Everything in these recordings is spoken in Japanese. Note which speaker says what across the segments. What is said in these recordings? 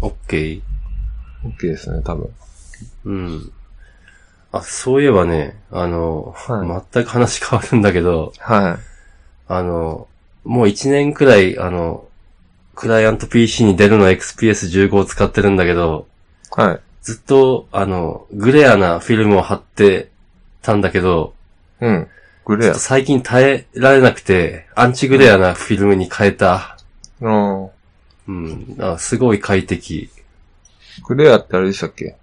Speaker 1: OK。
Speaker 2: OK ですね、多分。
Speaker 1: うん。あ、そういえばね、あの、
Speaker 2: は
Speaker 1: 全く話変わるんだけど、
Speaker 2: は
Speaker 1: あの、もう1年くらい、あの、クライアント PC に出るの XPS15 を使ってるんだけど、
Speaker 2: い。はい。
Speaker 1: ずっと、あの、グレアなフィルムを貼ってたんだけど、
Speaker 2: うん。グ
Speaker 1: ち
Speaker 2: レ
Speaker 1: ょ
Speaker 2: ア
Speaker 1: っと。最近耐えられなくて、アンチグレアなフィルムに変えた。
Speaker 2: うん。
Speaker 1: うん。あすごい快適。
Speaker 2: グレアってあれでしたっけ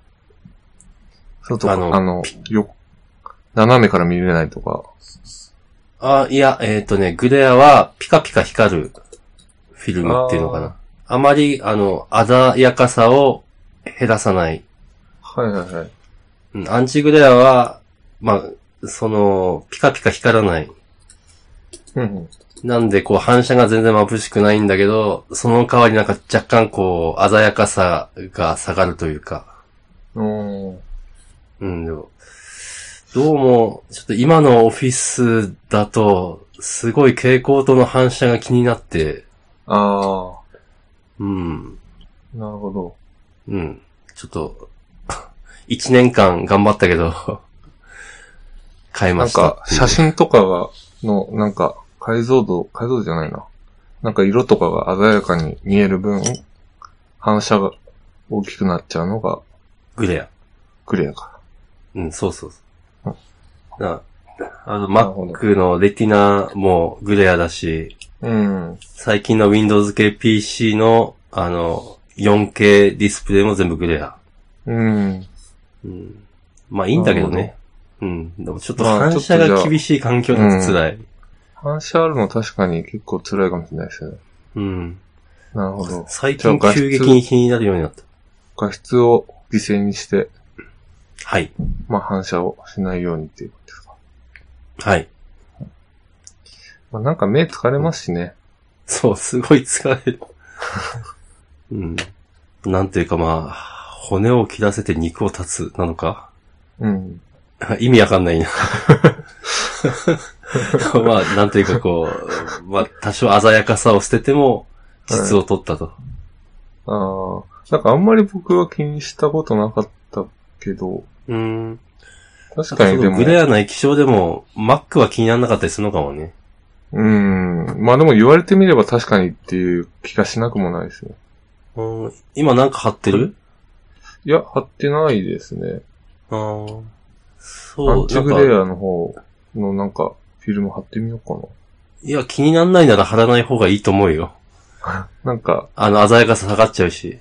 Speaker 2: 外か、
Speaker 1: あ
Speaker 2: あ
Speaker 1: の
Speaker 2: の、よ、斜めから見れないとか。
Speaker 1: あ、いや、えっ、とね、グレアはピカピカ光るフィルムっていうのかな。あまり、あの、鮮やかさを減らさない。
Speaker 2: はいはいはい。
Speaker 1: うん、アンチグレアは、まあ、その、ピカピカ光らない。
Speaker 2: うんうん。
Speaker 1: なんで、こう、反射が全然眩しくないんだけど、その代わりなんか若干こう、鮮やかさが下がるというか。
Speaker 2: おー
Speaker 1: うん、でも、どうも、ちょっと今のオフィスだと、すごい蛍光灯の反射が気になって、
Speaker 2: あ
Speaker 1: うん、
Speaker 2: ー、なるほど。
Speaker 1: うん、ちょっと、 一年間頑張ったけど、 変え
Speaker 2: な
Speaker 1: ま
Speaker 2: ん
Speaker 1: した
Speaker 2: か、写真とかが、の、なんか、解像度、解像度じゃないな。なんか色とかが鮮やかに見える分、反射が大きくなっちゃうのが
Speaker 1: グレア。
Speaker 2: グレアか。
Speaker 1: うん、そうそうそうう。なあの、
Speaker 2: なるほど
Speaker 1: Mac のレティナもグレアだし、
Speaker 2: うん。
Speaker 1: 最近の Windows 系 PC の、あの、4K ディスプレイも全部グレア。
Speaker 2: うん。
Speaker 1: うん。まあいいんだけど
Speaker 2: なる
Speaker 1: ね。うん。でもちょっと
Speaker 2: まあ
Speaker 1: 反射
Speaker 2: ちょっと
Speaker 1: が
Speaker 2: じゃあ
Speaker 1: 厳しい環境だと辛い。
Speaker 2: 反射あるの確かに結構辛いかもしれないですね。
Speaker 1: うん。
Speaker 2: なるほど。
Speaker 1: 最
Speaker 2: じゃあ
Speaker 1: 近
Speaker 2: 画質
Speaker 1: 急激に気になるようになった。
Speaker 2: 画質を犠牲にして、
Speaker 1: はい。
Speaker 2: まあ反射をしないようにっていうことですか。
Speaker 1: はい。
Speaker 2: まあなんか目疲れますしね。
Speaker 1: そう、すごい疲れる。うん。なんていうかまあ、骨を切らせて肉を断つなのか
Speaker 2: うん。
Speaker 1: 意味わかんないな。 まあ、なんというかこう、まあ、多少鮮やかさを捨てても、質を取ったと。
Speaker 2: ああ、なんかあんまり僕は気にしたことなかったけど、
Speaker 1: うん。
Speaker 2: 確か
Speaker 1: そ
Speaker 2: にで
Speaker 1: の
Speaker 2: も。
Speaker 1: グレアな液晶でも、Mac は気にならなかったりするのかもね。
Speaker 2: うん。まあでも言われてみれば確かにっていう気がしなくもないですね。
Speaker 1: うん、今なんか貼ってる
Speaker 2: いや、貼ってないですね。
Speaker 1: あー
Speaker 2: ア
Speaker 1: そ
Speaker 2: ン
Speaker 1: う、
Speaker 2: チ
Speaker 1: なん
Speaker 2: グ
Speaker 1: か、
Speaker 2: レアの方のなんか、フィルム貼ってみようか
Speaker 1: いや、気にならないなら貼らない方がいいと思うよ。
Speaker 2: な。なんか、
Speaker 1: あの、鮮やかさ下がっちゃうし。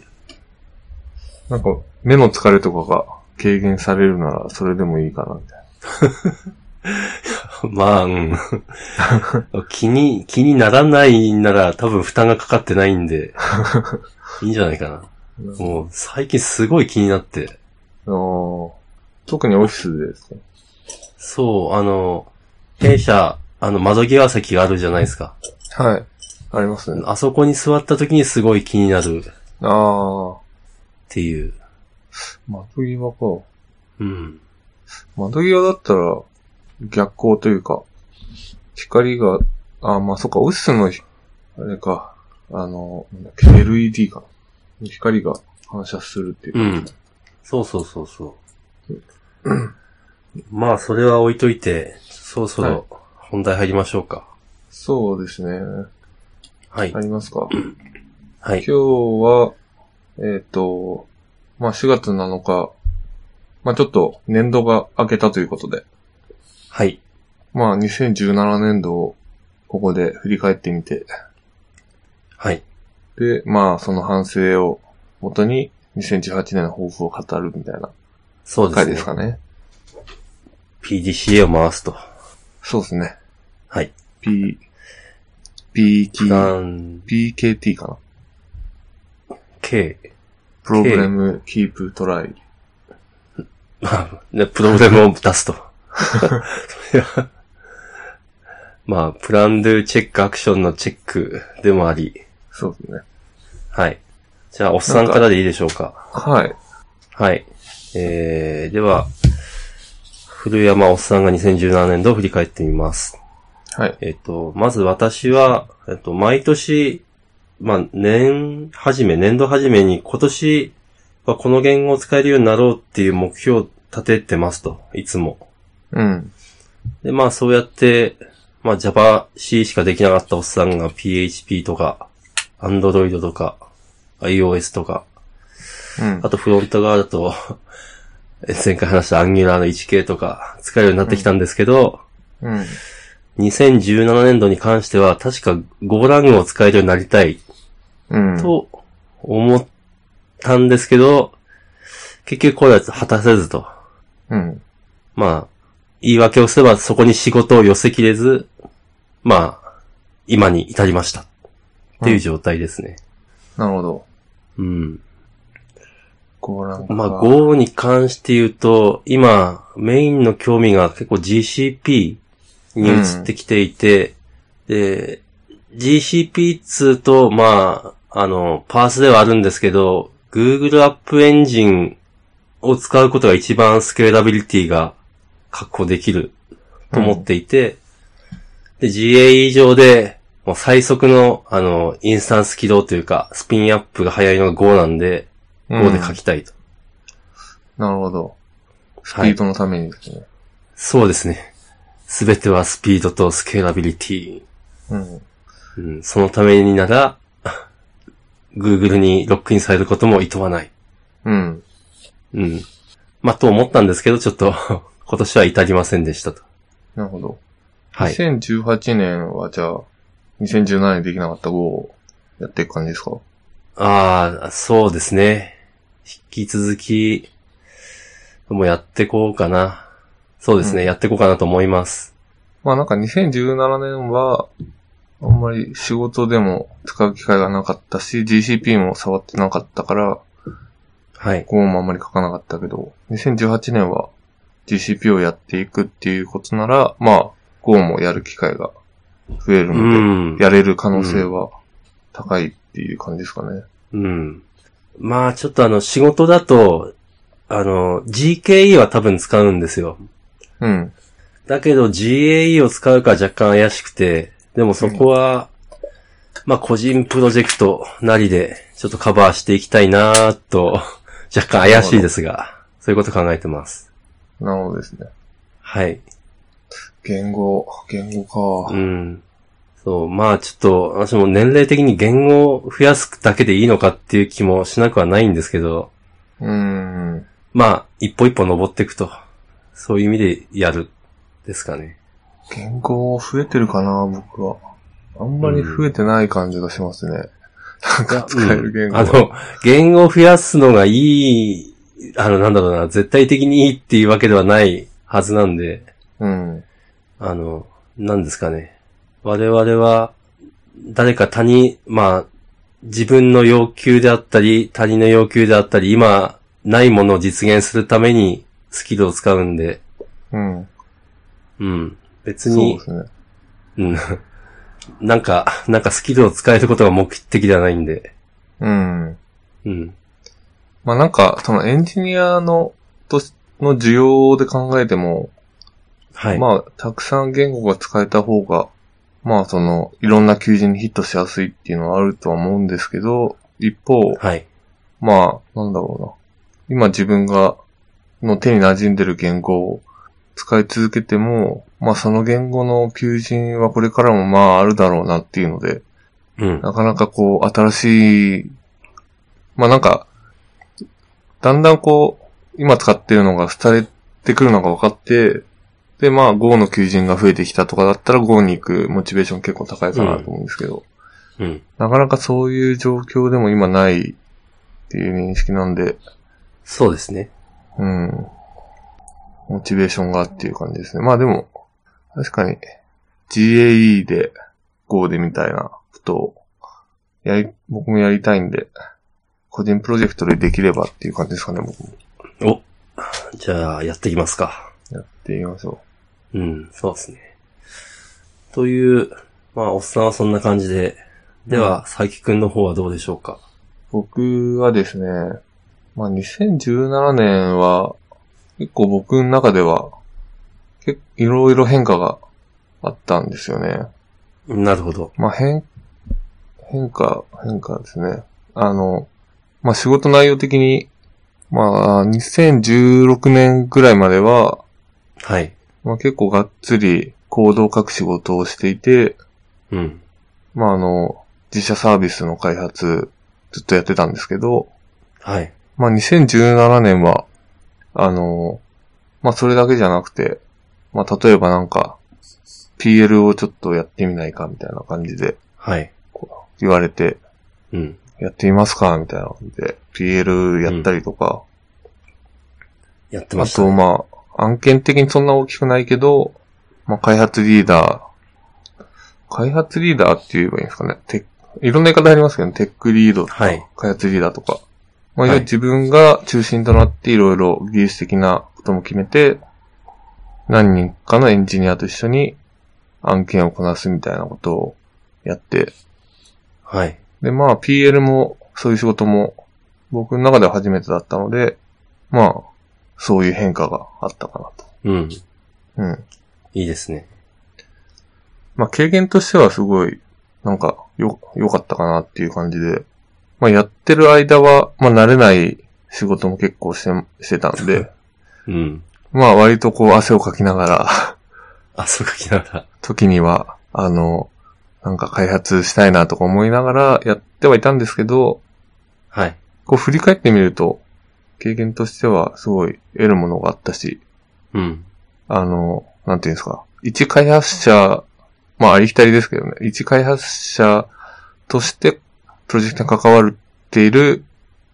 Speaker 2: なんか、目の疲れとかが軽減されるなら、それでもいいかな、みたい
Speaker 1: まあ、うん。 気に、気にならないなら多分負担がかかってないん で、いいんじゃないかな。
Speaker 2: な。
Speaker 1: もう最近すごい気になって。
Speaker 2: あー特にオフィスでですね。
Speaker 1: そう、あの、弊社、あの、窓際席があるじゃないですか。
Speaker 2: はい。ありますね。
Speaker 1: あそこに座った時にすごい気になるっ
Speaker 2: ああ、
Speaker 1: ていう。
Speaker 2: 窓際か。
Speaker 1: うん。
Speaker 2: 窓際だったら、逆光というか、光が、あ、まあそっか、オフィスのひ、あれか、あの、なんだっけ、LED かな。光が反射するっていうう。
Speaker 1: ん。そうそうそうそう。まあ、それは置いといて、そろそろ本題入りましょうか。
Speaker 2: そうですね。
Speaker 1: はい
Speaker 2: あ。りますか
Speaker 1: は
Speaker 2: 今
Speaker 1: い
Speaker 2: 日。は、えっ、と、まあ4月7日、まあちょっと年度が明けたということで、
Speaker 1: はい。
Speaker 2: まあ2017年度をここで振り返ってみて、
Speaker 1: はい。
Speaker 2: で、まあ、その反省をもとに、2018年の抱負を語るみたいな
Speaker 1: そうで
Speaker 2: 回
Speaker 1: す
Speaker 2: で
Speaker 1: ね。
Speaker 2: すかね。
Speaker 1: PDCA を回すと。
Speaker 2: そうですね。
Speaker 1: はい。
Speaker 2: P、PK、
Speaker 1: なん、
Speaker 2: PKT かな。
Speaker 1: K。
Speaker 2: プログラム、キープ、トライ。
Speaker 1: ね、プログラムを出すと。それはまあ、プランドゥチェックアクションのチェックでもあり。
Speaker 2: そうですね。
Speaker 1: はい。じゃあ、おっさんからでいいでしょうか。
Speaker 2: はい。
Speaker 1: はい。えー、では、古山おっさんが2017年度を振り返ってみます。
Speaker 2: はい。
Speaker 1: えっ、と、まず私は、えっ、と、毎年、まあ、年始め、年度始めに今年まあこの言語を使えるようになろうっていう目標を立ててますと、いつも。
Speaker 2: うん。
Speaker 1: で、まあそうやって、まあ JavaC しかできなかったおっさんが PHP とか、Android とか、iOS とか、
Speaker 2: うん
Speaker 1: あ。とフロント側だと、 え前回話した Angular の 1K とか使えるようになってきたんですけど、
Speaker 2: うん。
Speaker 1: 2017年度に関しては確か Go ラングを使えるようになりたい
Speaker 2: うん。
Speaker 1: と思ったんですけど、結局これは果たせずと。
Speaker 2: うん。
Speaker 1: まあ、言い訳をすればそこに仕事を寄せきれず、まあ、今に至りました。っていう状態ですね。
Speaker 2: なるほど。
Speaker 1: うん。
Speaker 2: ゴーラン
Speaker 1: まあ、Go に関して言うと、今、メインの興味が結構 GCP に移ってきていて、で、GCP2 と、まあ、あの、パースではあるんですけど、Google アップエンジンを使うことが一番スケーラビリティが確保できると思っていて、で、GAE 上で、もう最速の、あの、インスタンス起動というか、スピンアップが早いのが Go なんで、Go で書きたいと。
Speaker 2: なるほど。スピ
Speaker 1: は
Speaker 2: ー
Speaker 1: い。
Speaker 2: ドのためにですね。
Speaker 1: そうですね。すべてはスピードとスケーラビリティ。
Speaker 2: うん。
Speaker 1: うん、そのためになら、Google にロックインされることも厭わない。
Speaker 2: うん。
Speaker 1: うん。まあ、と思ったんですけど、ちょっと、 今年は至りませんでしたと。
Speaker 2: なるほど。
Speaker 1: はい。
Speaker 2: 2018年はじゃあ、2017年できなかった号をやっていく感じですか
Speaker 1: ああ、そうですね。引き続き、もうやってこうかな。そうですね、
Speaker 2: うん
Speaker 1: やってこうかなと思います。
Speaker 2: まあなんか2017年は、あんまり仕事でも使う機会がなかったし、GCP も触ってなかったから、
Speaker 1: はい。
Speaker 2: Go もあんまり書かなかったけど、2018年は GCP をやっていくっていうことなら、まあ、Go もやる機会が増える
Speaker 1: うん。
Speaker 2: ので、やれる可能性は高いっていう感じですかね。
Speaker 1: うん。まあ、ちょっとあの、仕事だと、あの、GKE は多分使うんですよ。
Speaker 2: うん。
Speaker 1: だけど GAE を使うか若干怪しくて、でもそこは、まあ個人プロジェクトなりで、ちょっとカバーしていきたいなーと、若干怪しいですが、そういうこと考えてます。
Speaker 2: なるほどですね。
Speaker 1: はい。
Speaker 2: 言語、言語か。
Speaker 1: うん。そう、まあちょっと、私も年齢的に言語を増やすだけでいいのかっていう気もしなくはないんですけど、
Speaker 2: うん。
Speaker 1: まあ、一歩一歩登っていくと、そういう意味でやる、ですかね。
Speaker 2: 言語増えてるかな、僕は。あんまり増えてない感じがしますね。なんか使える言語
Speaker 1: あ
Speaker 2: が。
Speaker 1: の、言語を増やすのがいい、あの、なんだろうな、絶対的にいいっていうわけではないはずなんで、
Speaker 2: うん。
Speaker 1: あの、なんですかね。我々は、誰か他人、まあ、自分の要求であったり、他人の要求であったり、今、ないものを実現するためにスキルを使うんで、
Speaker 2: うん。
Speaker 1: うん。別
Speaker 2: そう
Speaker 1: に
Speaker 2: で、すね。
Speaker 1: うん。なんか、なんかスキルを使えることが目的ではないんで、
Speaker 2: うん。
Speaker 1: うん。
Speaker 2: まあなんか、そのエンジニアの、とし、の需要で考えても、
Speaker 1: はい。
Speaker 2: まあ、たくさん言語が使えた方が、まあその、いろんな求人にヒットしやすいっていうのはあるとは思うんですけど、一方、
Speaker 1: はい。
Speaker 2: まあ、なんだろうな。今自分が、の手に馴染んでる言語を使い続けても、まあその言語の求人はこれからもまああるだろうなっていうので、
Speaker 1: うん。
Speaker 2: なかなかこう新しい、まあなんか、だんだんこう、今使ってるのが廃れてくるのが分かって、でまあ Go の求人が増えてきたとかだったら Go に行くモチベーション結構高いかなと思うんですけど、
Speaker 1: うん。
Speaker 2: なかなかそういう状況でも今ないっていう認識なんで、
Speaker 1: そうですね。
Speaker 2: うん。モチベーションがっていう感じですね。まあでも、確かに GAE で Go でみたいなことをやり、僕もやりたいんで、個人プロジェクトでできればっていう感じですかね、僕も。
Speaker 1: お、じゃあ、やっていきますか。
Speaker 2: やってみましょ
Speaker 1: うん、そうですね。という、まあ、おっさんはそんな感じで。
Speaker 2: う。
Speaker 1: では、佐伯くんの方はどうでしょうか
Speaker 2: 僕はですね、まあ2017年は、結構僕の中では、結構いろいろ変化があったんですよね。
Speaker 1: なるほど。
Speaker 2: まあ、変、変化、変化ですね。あの、まあ、仕事内容的にまあ、2016年ぐらいまでは、
Speaker 1: はい。
Speaker 2: まあ結構がっつり行動を書く仕事をしていて、
Speaker 1: うん。
Speaker 2: まああの、自社サービスの開発ずっとやってたんですけど、
Speaker 1: はい。
Speaker 2: まあ2017年は、あの、まあそれだけじゃなくて、まあ例えばなんか、PL をちょっとやってみないかみたいな感じで
Speaker 1: はい。
Speaker 2: 言われて、
Speaker 1: うん。
Speaker 2: やってみますかみたいな感じで、PL やったりとか、
Speaker 1: やってま
Speaker 2: あ
Speaker 1: した
Speaker 2: と、。まあ、案件的にそんな大きくないけど、まあ、開発リーダー、開発リーダーって言えばいいんですかね。テックいろんな言い方ありますけど、テックリードとか、
Speaker 1: はい
Speaker 2: 開発リーダーとか。まあ、い
Speaker 1: は
Speaker 2: ろ
Speaker 1: い
Speaker 2: いろ自分が中心となっていろいろ技術的なことも決めて、何人かのエンジニアと一緒に案件をこなすみたいなことをやって、
Speaker 1: はい。
Speaker 2: で、まあ、PL も、そういう仕事も、僕の中では初めてだったので、まあ、そういう変化があったかなと。
Speaker 1: うん。
Speaker 2: うん。
Speaker 1: いいですね。
Speaker 2: まあ、経験としてはすごい、なんか、よ、良かったかなっていう感じで、まあ、やってる間は、まあ、慣れない仕事も結構して、してたんで、
Speaker 1: うん。
Speaker 2: まあ、割とこう、汗をかきながら、
Speaker 1: あ、そうか、きながら。
Speaker 2: 時には、あの、なんか開発したいなとか思いながらやってはいたんですけど、
Speaker 1: はい。
Speaker 2: こう振り返ってみると、経験としてはすごい得るものがあったし、
Speaker 1: うん。
Speaker 2: あの、なんていうんですか、一開発者、まあありきたりですけどね、一開発者としてプロジェクトに関わっている、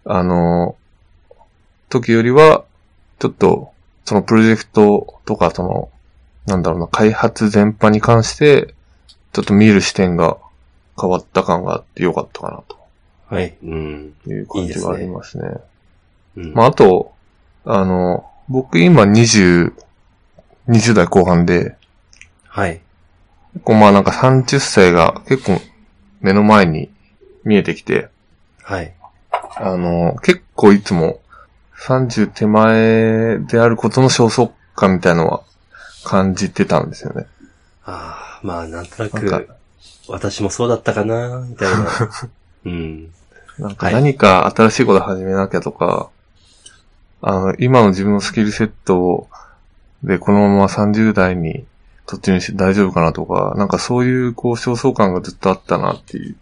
Speaker 2: あの、時よりは、ちょっと、そのプロジェクトとか、その、なんだろうな、開発全般に関して、ちょっと見る視点が変わった感があってよかったかな
Speaker 1: はい。うん。
Speaker 2: という感じがありますね
Speaker 1: うん
Speaker 2: まあ、あと、あの、僕今20、20代後半で、
Speaker 1: はい。
Speaker 2: 結構まあなんか30歳が結構目の前に見えてきて、
Speaker 1: はい。
Speaker 2: あの、結構いつも30手前であることの焦燥感みたいのは感じてたんですよね。
Speaker 1: ああ、まあ、なんとな
Speaker 2: なん
Speaker 1: く、私もそうだったかな、みたいな。 うん。
Speaker 2: なんか何か新しいこと始めなきゃとか、あの、今の自分のスキルセットを、で、このまま30代に突入して大丈夫かなとか、なんかそういう、こう、焦燥感がずっとあったなっていう、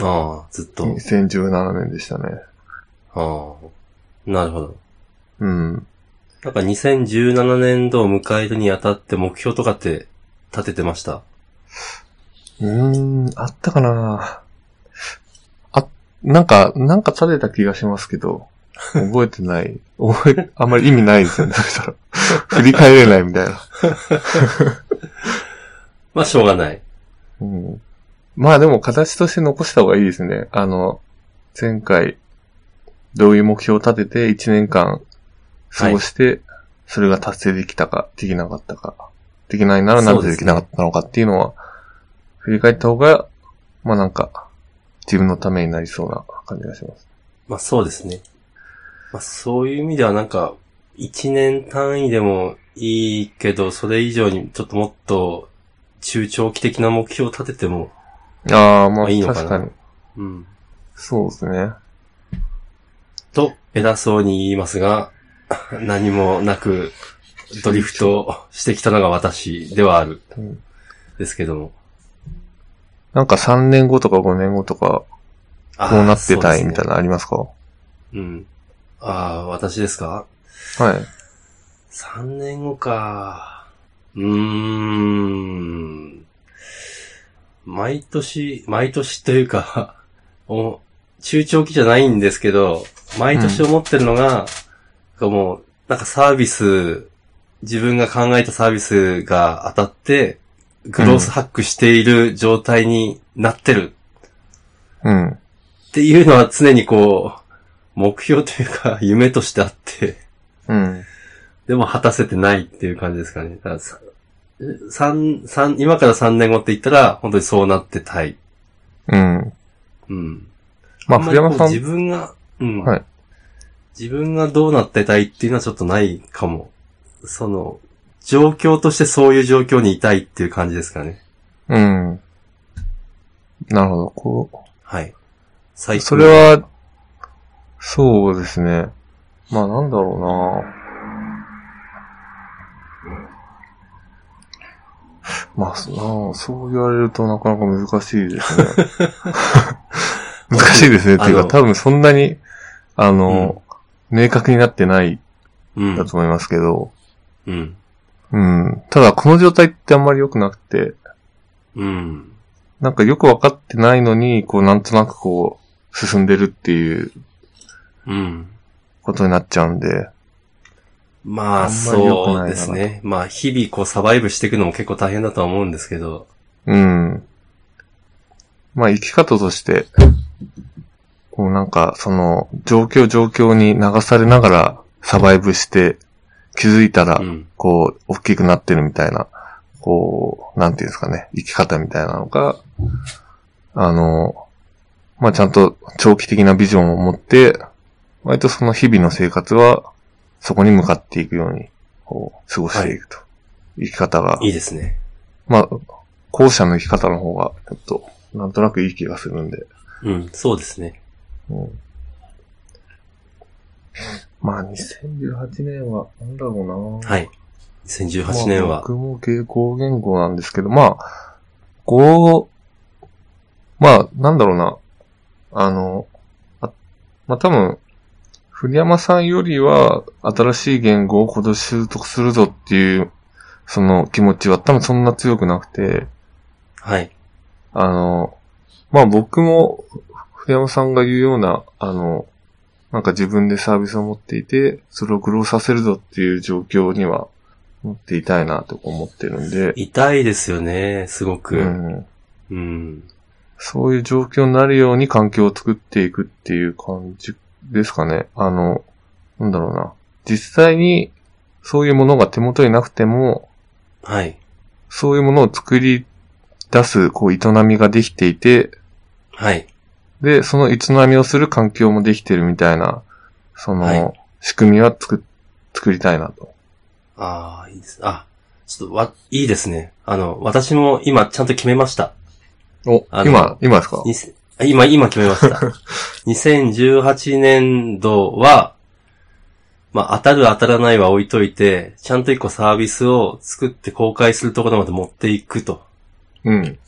Speaker 1: ああ、ずっと。
Speaker 2: 2017年でしたね。
Speaker 1: ああ。なるほど。
Speaker 2: うん。
Speaker 1: なんか2017年度を迎えるにあたって目標とかって立ててました
Speaker 2: うーん、あったかなあ、なんか、なんか立てた気がしますけ ど、覚えてない。覚え、あんまり意味ないですよね、そしたら。振り返れないみたいな。
Speaker 1: まあ、しょうがない。
Speaker 2: うんまあでも形として残した方がいいですね。あの、前回、どういう目標を立てて1年間過ごして、それが達成できたか、できなかったか、できないならな
Speaker 1: そう
Speaker 2: ぜ
Speaker 1: ですね
Speaker 2: できなかったのかっていうのは、振り返った方が、まあなんか、自分のためになりそうな感じがします。
Speaker 1: まあ、そうですね。まあ、そういう意味ではなんか、一年単位でもいいけど、それ以上にちょっともっと中長期的な目標を立てても、
Speaker 2: ああ、まあ
Speaker 1: あいいのかな
Speaker 2: 確かに。
Speaker 1: うん。
Speaker 2: そうですね。
Speaker 1: と、偉そうに言いますが、 何もなくドリフトしてきたのが私ではある。
Speaker 2: うん
Speaker 1: ですけども。
Speaker 2: なんか3年後とか5年後とか、
Speaker 1: あー
Speaker 2: こうなってたい
Speaker 1: そう
Speaker 2: み
Speaker 1: ですね
Speaker 2: たいなのありますか
Speaker 1: うん。ああ、私ですか
Speaker 2: はい。
Speaker 1: 3年後か。うーん。毎年、毎年というか、 お中長期じゃないんですけど、毎年思ってるのが、なんかもう、なんかサービス、自分が考えたサービスが当たって、グロースハックしている状態になってる
Speaker 2: うん。
Speaker 1: っていうのは常にこう、目標というか、夢としてあって、
Speaker 2: うん。
Speaker 1: でも果たせてないっていう感じですかね。だからさ三、三、今から3年後って言ったら、本当にそうなってたい。
Speaker 2: うん。
Speaker 1: うん。
Speaker 2: まあ、
Speaker 1: ん
Speaker 2: 古
Speaker 1: りこう
Speaker 2: 山さん
Speaker 1: 自分が、うん。
Speaker 2: はい
Speaker 1: 自分がどうなってたいっていうのはちょっとないかも。その、状況としてそういう状況にいたいっていう感じですかね。
Speaker 2: うん。なるほど。こ
Speaker 1: はい。
Speaker 2: う、
Speaker 1: 最
Speaker 2: それは、そうですね。まあなんだろうなまあ、そうそう言われるとなかなか難しいで すね。難しいですね。ってい
Speaker 1: あ
Speaker 2: うか、
Speaker 1: の
Speaker 2: 多分そんなに、あの、明確になってない
Speaker 1: うん
Speaker 2: だ。と思いますけど、
Speaker 1: うん。
Speaker 2: うん。ただ、この状態ってあんまり良くなくて、
Speaker 1: うん。
Speaker 2: なんかよく分かってないのに、こう、なんとなくこう、進んでるっていう
Speaker 1: うん。
Speaker 2: ことになっちゃうんで、
Speaker 1: まあ、
Speaker 2: あんまり良くないかな
Speaker 1: そうですね。まあ、日々こうサバイブしていくのも結構大変だとは思うんですけど。
Speaker 2: うん。まあ、生き方として、こうなんか、その、状況状況に流されながらサバイブして、気づいたら
Speaker 1: う、ん。
Speaker 2: こう、大きくなってるみたいな、こう、なんていうんですかね、生き方みたいなのが、あの、まあ、ちゃんと長期的なビジョンを持って、割とその日々の生活は、そこに向かっていくように、こう、過ごしていくと。生き方が
Speaker 1: いいですね。
Speaker 2: まあ、後者の生き方の方が、ちょっと、なんとなくいい気がするんで。
Speaker 1: うん、そうですね。
Speaker 2: うん、まあ、2018年は、なんだろうな
Speaker 1: はい。2018年
Speaker 2: まあ
Speaker 1: は。
Speaker 2: 僕も傾向言語なんですけど、まあ、こう、まあ、なんだろうな。あの、あまあ多分、古山さんよりは、新しい言語を今年習得するぞっていう、その気持ちは多分そんな強くなくて、
Speaker 1: はい。
Speaker 2: あの、まあ僕も、福山さんが言うような、あの、なんか自分でサービスを持っていて、それをグローさせるぞっていう状況には持っていたいなと思ってるんで、
Speaker 1: 痛いですよね、すご
Speaker 2: う
Speaker 1: く。
Speaker 2: ん、
Speaker 1: うん。
Speaker 2: そういう状況になるように環境を作っていくっていう感じですかね。あの、なんだろうな。実際にそういうものが手元になくても、
Speaker 1: はい。
Speaker 2: そういうものを作り出す、こう、営みができていて、
Speaker 1: はい。
Speaker 2: で、その営みをする環境もできてるみたいな、その、
Speaker 1: はい
Speaker 2: 仕組みは作、作りたいなと。
Speaker 1: ああ、いいです。あ、ちょっとわ、いいですね。あの、私も今ちゃんと決めました。
Speaker 2: お
Speaker 1: あの
Speaker 2: 今、今ですか
Speaker 1: にせあ今、今決めました。2018年度は、まあ、当たる当たらないは置いといて、ちゃんと一個サービスを作って公開するところまで持っていくと。
Speaker 2: うん。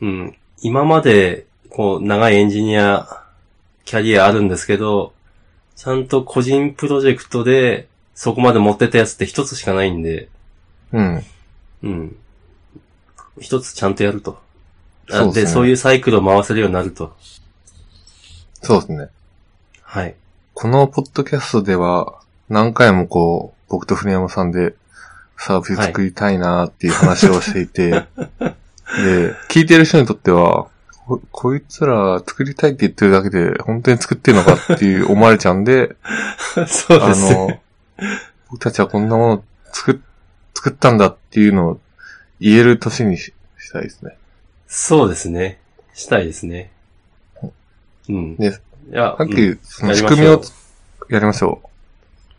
Speaker 1: うん。今まで、こう、長いエンジニア、キャリアあるんですけど、ちゃんと個人プロジェクトで、そこまで持ってたやつって一つしかないんで、
Speaker 2: うん。
Speaker 1: うん。一つちゃんとやると。あ
Speaker 2: そうですね
Speaker 1: で、そういうサイクルを回せるようになると。
Speaker 2: そうですね。
Speaker 1: はい。
Speaker 2: このポッドキャストでは、何回もこう、僕と船山さんで、サービス作りたいなっていう話をして いて、で、聞いてる人にとっては、ここいつら作りたいって言ってるだけで、本当に作ってるのかっていう思われちゃうんで、
Speaker 1: そう
Speaker 2: あ
Speaker 1: ですね。
Speaker 2: の、僕たちはこんなものを作っ、作ったんだっていうのを言える年にししたいですね。
Speaker 1: そうですね。したいですね。うん。
Speaker 2: ね
Speaker 1: いや
Speaker 2: さっ
Speaker 1: うん
Speaker 2: き、その
Speaker 1: やりまし
Speaker 2: 仕
Speaker 1: ょう
Speaker 2: 組みをつ、やりましょ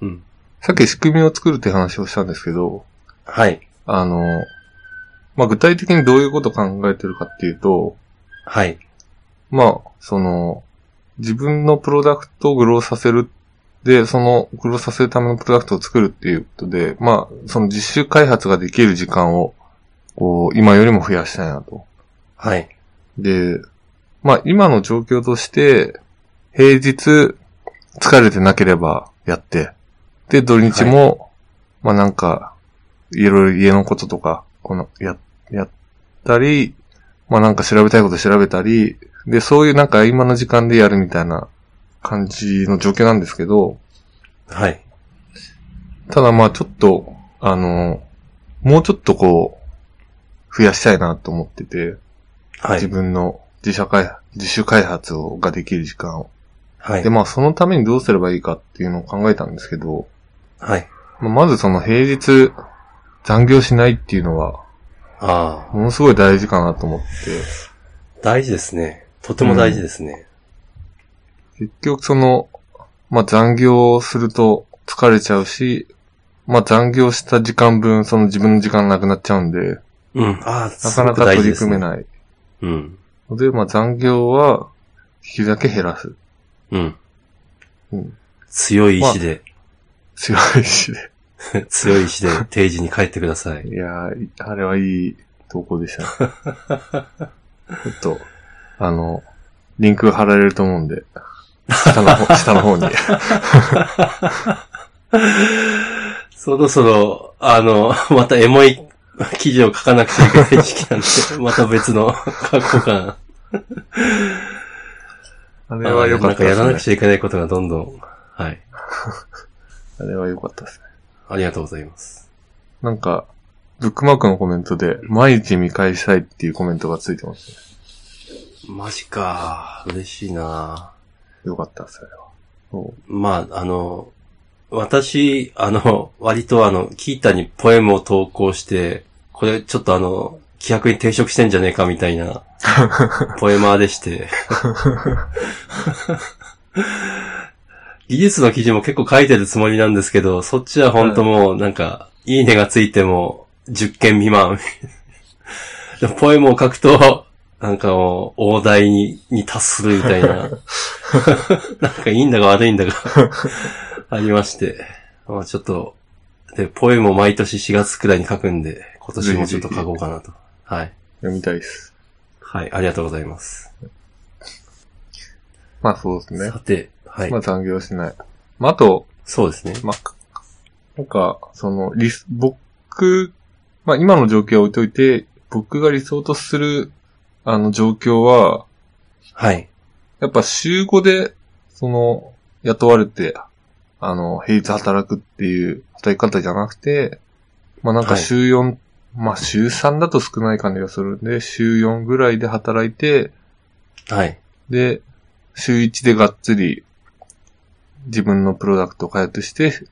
Speaker 2: う。
Speaker 1: うん。
Speaker 2: さっき仕組みを作るって話をしたんですけど、
Speaker 1: はい。
Speaker 2: あの、まあ、具体的にどういうことを考えてるかっていうと、
Speaker 1: はい。
Speaker 2: まあ、その、自分のプロダクトをグローさせる。で、その、グローさせるためのプロダクトを作るっていうことで、まあ、その実習開発ができる時間を、こう、今よりも増やしたいなと。
Speaker 1: はい。
Speaker 2: で、まあ今の状況として、平日疲れてなければやって、で、土日も、まあなんか、いろいろ家のこととか、この、や、やったり、まあなんか調べたいこと調べたり、で、そういうなんか今の時間でやるみたいな感じの状況なんですけど、
Speaker 1: はい。
Speaker 2: ただまあちょっと、あの、もうちょっとこう、増やしたいなと思ってて、
Speaker 1: は
Speaker 2: 自
Speaker 1: い。
Speaker 2: 分の自社開発、自主開発をができる時間を。
Speaker 1: はい
Speaker 2: で、。まあそのためにどうすればいいかっていうのを考えたんですけど、
Speaker 1: はい。
Speaker 2: まあまずその平日残業しないっていうのは、
Speaker 1: ああ、
Speaker 2: ものすごい大事かなと思って、
Speaker 1: 大事ですね。とても大事ですね。
Speaker 2: 結局その、まあ残業をすると疲れちゃうし、まあ残業した時間分その自分の時間なくなっちゃうんで、
Speaker 1: うん。ああ、
Speaker 2: な
Speaker 1: す
Speaker 2: か
Speaker 1: ご
Speaker 2: な
Speaker 1: く
Speaker 2: か
Speaker 1: 大
Speaker 2: 取
Speaker 1: 事
Speaker 2: り
Speaker 1: です、
Speaker 2: 組め
Speaker 1: ね。
Speaker 2: ない。
Speaker 1: うん。
Speaker 2: ので、まあ残業は、できるだけ減らす。
Speaker 1: うん。
Speaker 2: うん
Speaker 1: 強い意志で。
Speaker 2: 強いしで。
Speaker 1: 強い意志で定時に帰ってください。
Speaker 2: いやー、あれはいい投稿でした ね。ちょっと、あの、リンク貼られると思うんで、下の 方、下の方に。
Speaker 1: そろそろ、あの、 またエモい記事を書かなくちゃいけない時期なんで、 また別の過去感。
Speaker 2: あ
Speaker 1: あ
Speaker 2: れは良かった
Speaker 1: なんかや
Speaker 2: で
Speaker 1: ら
Speaker 2: す
Speaker 1: な
Speaker 2: ね
Speaker 1: く。ちゃいけないことがどんどん。はい。
Speaker 2: あれは良かったですね。
Speaker 1: ありがとうございます。
Speaker 2: なんか、ブックマークのコメントで、毎日見返したいっていうコメントがついてますね。
Speaker 1: マジか。嬉しいな。
Speaker 2: 良かったです、あれは。そう
Speaker 1: まあ、あの、私、あの、 割とあの、キータにポエムを投稿して、これちょっとあの、規約に抵触してんじゃねえかみたい な、ポエマーでして。技術の記事も結構書いてるつもりなんですけど、そっちは本当もうなんか、いいねがついても10件未満。でもポエムを書くと、なんかもう、大台にに達するみたい な。なんかいいんだか悪いんだかありまして。まあちょっと、で、ポエムを毎年4月くらいに書くんで、今年もちょっと書こうかなと。はい。
Speaker 2: 読みたいです。
Speaker 1: はい、ありがとうございます。
Speaker 2: まあそうですね
Speaker 1: さ。て、はい
Speaker 2: ま。あ残業しない。まああと、
Speaker 1: そうですね。
Speaker 2: まあ、なんか、その、リス、僕、まあ今の状況は置いといて、僕が理想とする、あの状況は、
Speaker 1: はい。
Speaker 2: やっぱ週5で、その、雇われて、あの、平日働くっていう働き方じゃなくて、まあなんか
Speaker 1: はい
Speaker 2: 週4、まあ週3だと少ない感じがするんで、週4ぐらいで働いて、
Speaker 1: はい。
Speaker 2: で、週1でがっつり、自分のプロダクトを開発して、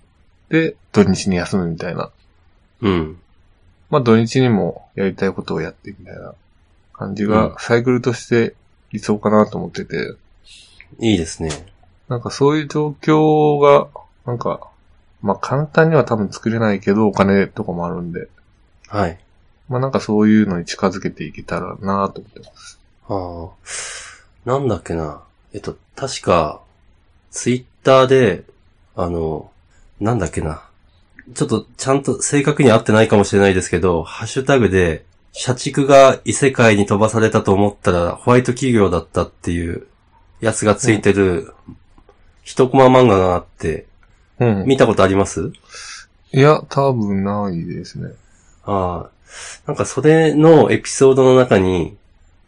Speaker 2: で、土日に休むみたいな。
Speaker 1: うん。
Speaker 2: まあ土日にもやりたいことをやってみたいな感じ
Speaker 1: うん
Speaker 2: が、サイクルとして理想かなと思ってて、
Speaker 1: いいですね。
Speaker 2: なんかそういう状況が、なんか、まあ簡単には多分作れないけど、お金とかもあるんで、
Speaker 1: はい。
Speaker 2: まあなんかそういうのに近づけていけたらなと思ってます。
Speaker 1: ああ。なんだっけな。えっと、確か、ツイッターで、あの、なんだっけな。ちょっとちゃんと正確に合ってないかもしれないですけど、ハッシュタグで、社畜が異世界に飛ばされたと思ったらホワイト企業だったっていうやつがついてる一コマ漫画があって、
Speaker 2: うん。い
Speaker 1: 見たことあります
Speaker 2: や、多分ないですね。
Speaker 1: ああ。なんかそれのエピソードの中に、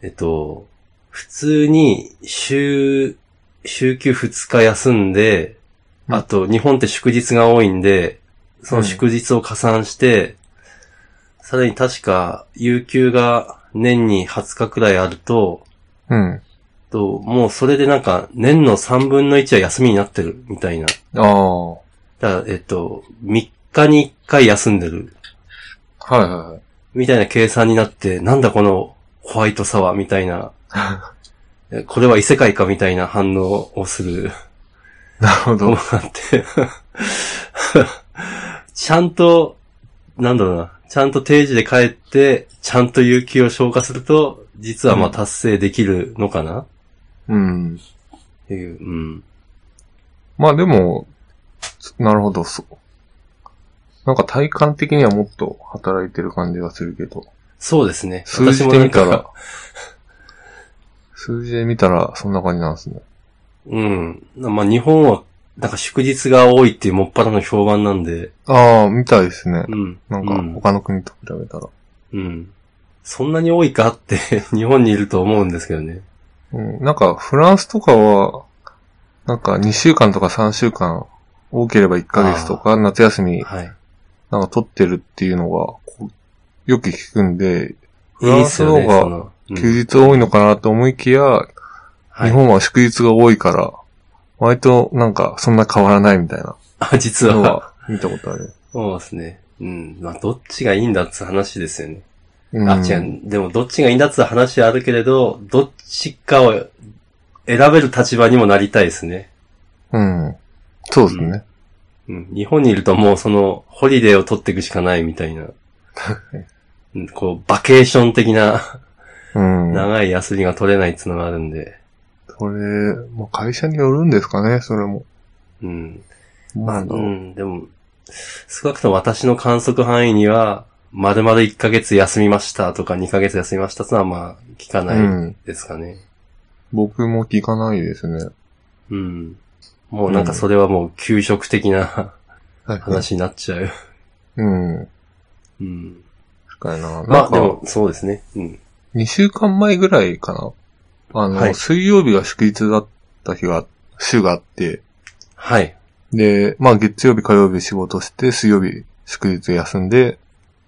Speaker 1: えっと、普通に週、週休2日休んで、
Speaker 2: うん
Speaker 1: あと日本って祝日が多いんで、その祝日を加算して、さらに確か有給が年に20日くらいあると、
Speaker 2: うん。
Speaker 1: ともうそれでなんか年の3分の1は休みになってるみたいな。
Speaker 2: ああ。は
Speaker 1: だからえっと、3日に1回休んでる
Speaker 2: いはいはい。
Speaker 1: みたいな計算になって、なんだこのホワイトサワーみたい な、えこれは異世界かみたいな反応をする
Speaker 2: なるほ
Speaker 1: の
Speaker 2: ど。
Speaker 1: があって、 ちゃんと、なんだろうな、ちゃんと定時で帰って、ちゃんと有給を消化すると、実はまあ
Speaker 2: うん
Speaker 1: 達成できるのかな、
Speaker 2: うん。
Speaker 1: っていう、うん。
Speaker 2: まあでも、なるほど、そう。なんか体感的にはもっと働いてる感じがするけど、
Speaker 1: そうですね。
Speaker 2: 数字で見た
Speaker 1: 私もなん
Speaker 2: ら
Speaker 1: か、
Speaker 2: 数字で見たらそんな感じなんですね。
Speaker 1: うん。まあ日本は、なんか祝日が多いっていうもっぱらの評判なんで、
Speaker 2: ああ、見たいですね。
Speaker 1: うん。
Speaker 2: なん
Speaker 1: う
Speaker 2: か他の国と比べたら。
Speaker 1: うん。そんなに多いかって 日本にいると思うんですけどね。
Speaker 2: うん、なんかフランスとかは、なんか2週間とか3週間、多ければ1ヶ月とか夏休み
Speaker 1: はい。
Speaker 2: なんか取ってるっていうのが、こうよく聞くんで、
Speaker 1: い
Speaker 2: フ
Speaker 1: い
Speaker 2: ラ
Speaker 1: っ
Speaker 2: ン
Speaker 1: す
Speaker 2: ス
Speaker 1: よ
Speaker 2: の
Speaker 1: ね、そ
Speaker 2: 方が
Speaker 1: の。うん
Speaker 2: 休日多いのかなと思いきや、
Speaker 1: は
Speaker 2: 日
Speaker 1: い、
Speaker 2: 本は祝日が多いから、割となんかそんな変わらないみたいな
Speaker 1: あ、 実
Speaker 2: の
Speaker 1: は。
Speaker 2: は見たことあ る。
Speaker 1: そうですね。うん。まあ、どっちがいいんだっつう話ですよね。
Speaker 2: うん、
Speaker 1: あ、違う。でも、どっちがいいんだっつう話はあるけれど、どっちかを選べる立場にもなりたいですね。
Speaker 2: うん。そうですね。
Speaker 1: うん。日本にいるともう、その、ホリデーを取っていくしかないみたいな。うんこう、バケーション的な、
Speaker 2: うん。
Speaker 1: 長い休みが取れないっつうのがあるんで。
Speaker 2: これ、まあ、会社によるんですかね、それも。
Speaker 1: うん。
Speaker 2: なんだ
Speaker 1: う
Speaker 2: ろう。
Speaker 1: ん、でも、少なくとも私の観測範囲には、まるまる1ヶ月休みましたとか2ヶ月休みましたってのはまあ、聞か
Speaker 2: う
Speaker 1: ない
Speaker 2: ん。
Speaker 1: ですかね。
Speaker 2: 僕も聞かないですね。
Speaker 1: うん。もうなんかそれはもう給食的な
Speaker 2: はい。
Speaker 1: 話になっちゃう。
Speaker 2: うん。
Speaker 1: うん。
Speaker 2: かいな。
Speaker 1: ま
Speaker 2: な
Speaker 1: あ
Speaker 2: ん
Speaker 1: で
Speaker 2: か、
Speaker 1: も、そうですね。うん。
Speaker 2: 2週間前ぐらいかな。あの、
Speaker 1: はい
Speaker 2: 水曜日が祝日だった日が、週があって、
Speaker 1: はい。
Speaker 2: で、まあ月曜日、火曜日仕事して、水曜日、祝日休んで、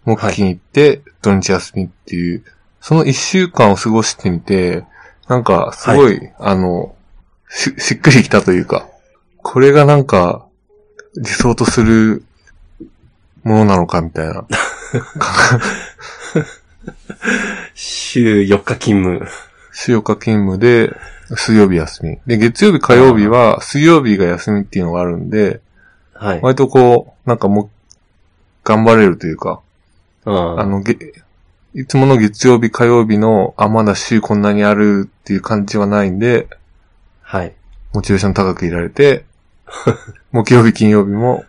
Speaker 2: 木金行って、土日休みっていう、その1週間を過ごしてみて、なんか、すごい、あの、し、しっくりきたというか、これがなんか、理想とするものなのかみたい な。
Speaker 1: 週4日勤務。
Speaker 2: 週4日勤務で、水曜日休み。で、月曜日、火曜日は、水曜日が休みっていうのがあるんで、
Speaker 1: はい。
Speaker 2: 割とこう、なんかもう、頑張れるというか、
Speaker 1: うん
Speaker 2: あの、げ、いつもの月曜日、火曜日の、あ、まだ週こんなにあるっていう感じはないんで、
Speaker 1: はい。
Speaker 2: モチベーション高くいられ て、木曜日、金曜日も、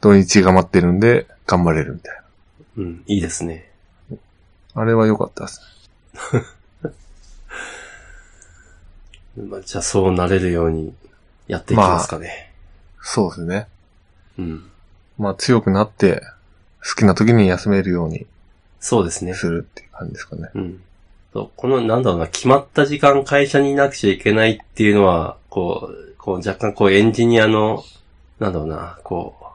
Speaker 2: 土日が待ってるんで、頑張れるみたい
Speaker 1: うん。いいですね。
Speaker 2: な。あれは良かったですね。
Speaker 1: まあ、じゃあそうなれるようにやっていきますかね。
Speaker 2: そうですね。
Speaker 1: うん。
Speaker 2: まあ、強くなって、好きな時に休めるように
Speaker 1: そうですね。
Speaker 2: するっていう感じですかね。
Speaker 1: うん。そうこの、なんだろうな、決まった時間会社にいなくちゃいけないっていうのは、こう、こう若干こうエンジニアの、なんだろうな、こう、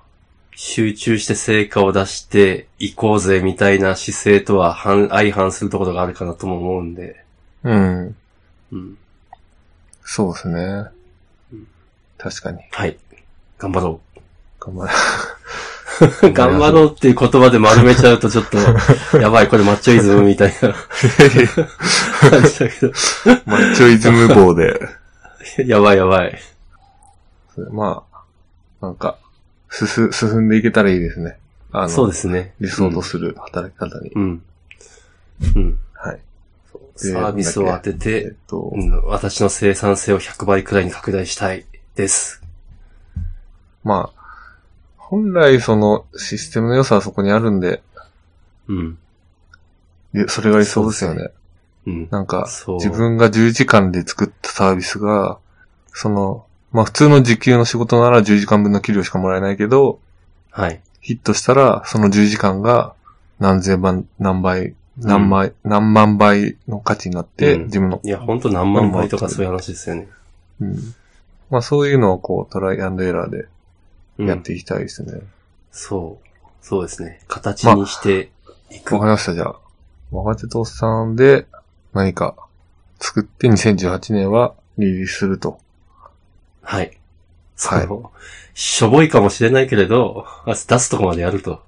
Speaker 1: 集中して成果を出していこうぜみたいな姿勢とは反相反するところがあるかなとも思うんで、
Speaker 2: うん。
Speaker 1: うん。
Speaker 2: そうですね
Speaker 1: うん。
Speaker 2: 確かに。
Speaker 1: はい。頑張ろ
Speaker 2: 頑 張
Speaker 1: う。 頑張ろうっていう言葉で丸めちゃうとちょっと、 やばい、これマッチョイズムみたいな
Speaker 2: れ。
Speaker 1: 感じだけ ど、
Speaker 2: マッチョイズム棒で。
Speaker 1: やばいやばい。
Speaker 2: まあ、なんか、進、進んでいけたらいいですね。あの、
Speaker 1: そうですね。
Speaker 2: 理想とする働き方に。
Speaker 1: うん。うん。
Speaker 2: はい。で
Speaker 1: サービスを当て
Speaker 2: え
Speaker 1: て
Speaker 2: っ、と
Speaker 1: う、ん私の生産性を100倍くらいに拡大したいです。
Speaker 2: まあ、本来そのシステムの良さはそこにあるんで、
Speaker 1: うん。
Speaker 2: でそれが理想ですよ
Speaker 1: そう
Speaker 2: ね。
Speaker 1: うん。
Speaker 2: なんか、
Speaker 1: そう
Speaker 2: 自分が10時間で作ったサービスが、その、まあ普通の時給の仕事なら10時間分の給料しかもらえないけど、
Speaker 1: はい。
Speaker 2: ヒットしたら、その10時間が何千万、何倍、何倍、何万倍の価値になって、
Speaker 1: うん
Speaker 2: 自分の
Speaker 1: い、や、ほんと何万倍とかそういう話ですよね。
Speaker 2: うん。まあそういうのをこう、トライアンドエラーで
Speaker 1: うん
Speaker 2: やっていきたいですね。
Speaker 1: そう。そうですね。形にしていく。
Speaker 2: わ、かりました、じゃあ。若手とおっさんで何か作って2018年はリリースすると。
Speaker 1: はい。そう、しょぼいかもしれないけれど、あ出すとこまでやると。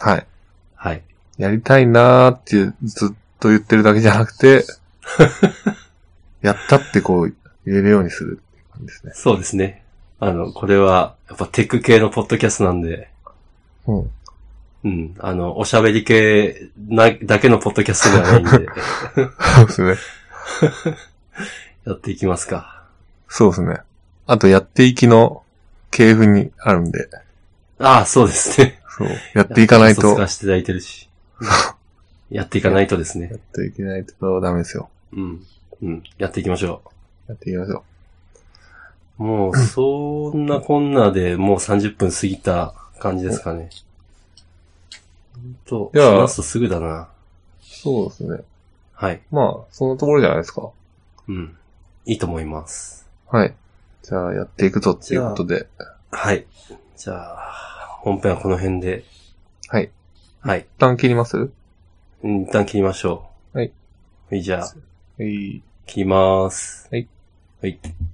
Speaker 2: はい。
Speaker 1: はい。
Speaker 2: やりたいなーってずっと言ってるだけじゃなくて、やったってこう言えるようにするっていう感じですね。
Speaker 1: そうですね。あの、これは、やっぱテック系のポッドキャストなんで、
Speaker 2: うん。
Speaker 1: うん。あの、おしゃべり系な、だけのポッドキャストではないんで、
Speaker 2: そうですね。
Speaker 1: やっていきますか。
Speaker 2: そうですね。あと、やっていきの系譜にあるんで、
Speaker 1: ああ、そうですね。
Speaker 2: そう。やっていかない
Speaker 1: やっ
Speaker 2: と、
Speaker 1: ぱ
Speaker 2: や
Speaker 1: 嘘つかせていただいてるし。やっていかないとですね
Speaker 2: っ。ていけないとダメですよ。
Speaker 1: うん。うん。やっていきましょ
Speaker 2: やっていきましょ
Speaker 1: う。もう、そんなこんなでもう30分過ぎた感じですかね。ほんと、
Speaker 2: いや
Speaker 1: 話すとすぐだな。
Speaker 2: う。そうですね。
Speaker 1: はい。
Speaker 2: まあ、そのところじゃないですか。
Speaker 1: うん。いいと思います。
Speaker 2: はい。じゃあ、やっていくぞっていうことで。
Speaker 1: はい。じゃあ、本編はこの辺で。
Speaker 2: はい。
Speaker 1: はい。
Speaker 2: 一旦切りますは
Speaker 1: うん一旦切りましょう。
Speaker 2: はい。
Speaker 1: はい、じゃあ、
Speaker 2: い。
Speaker 1: 切ります。
Speaker 2: はい。
Speaker 1: はい。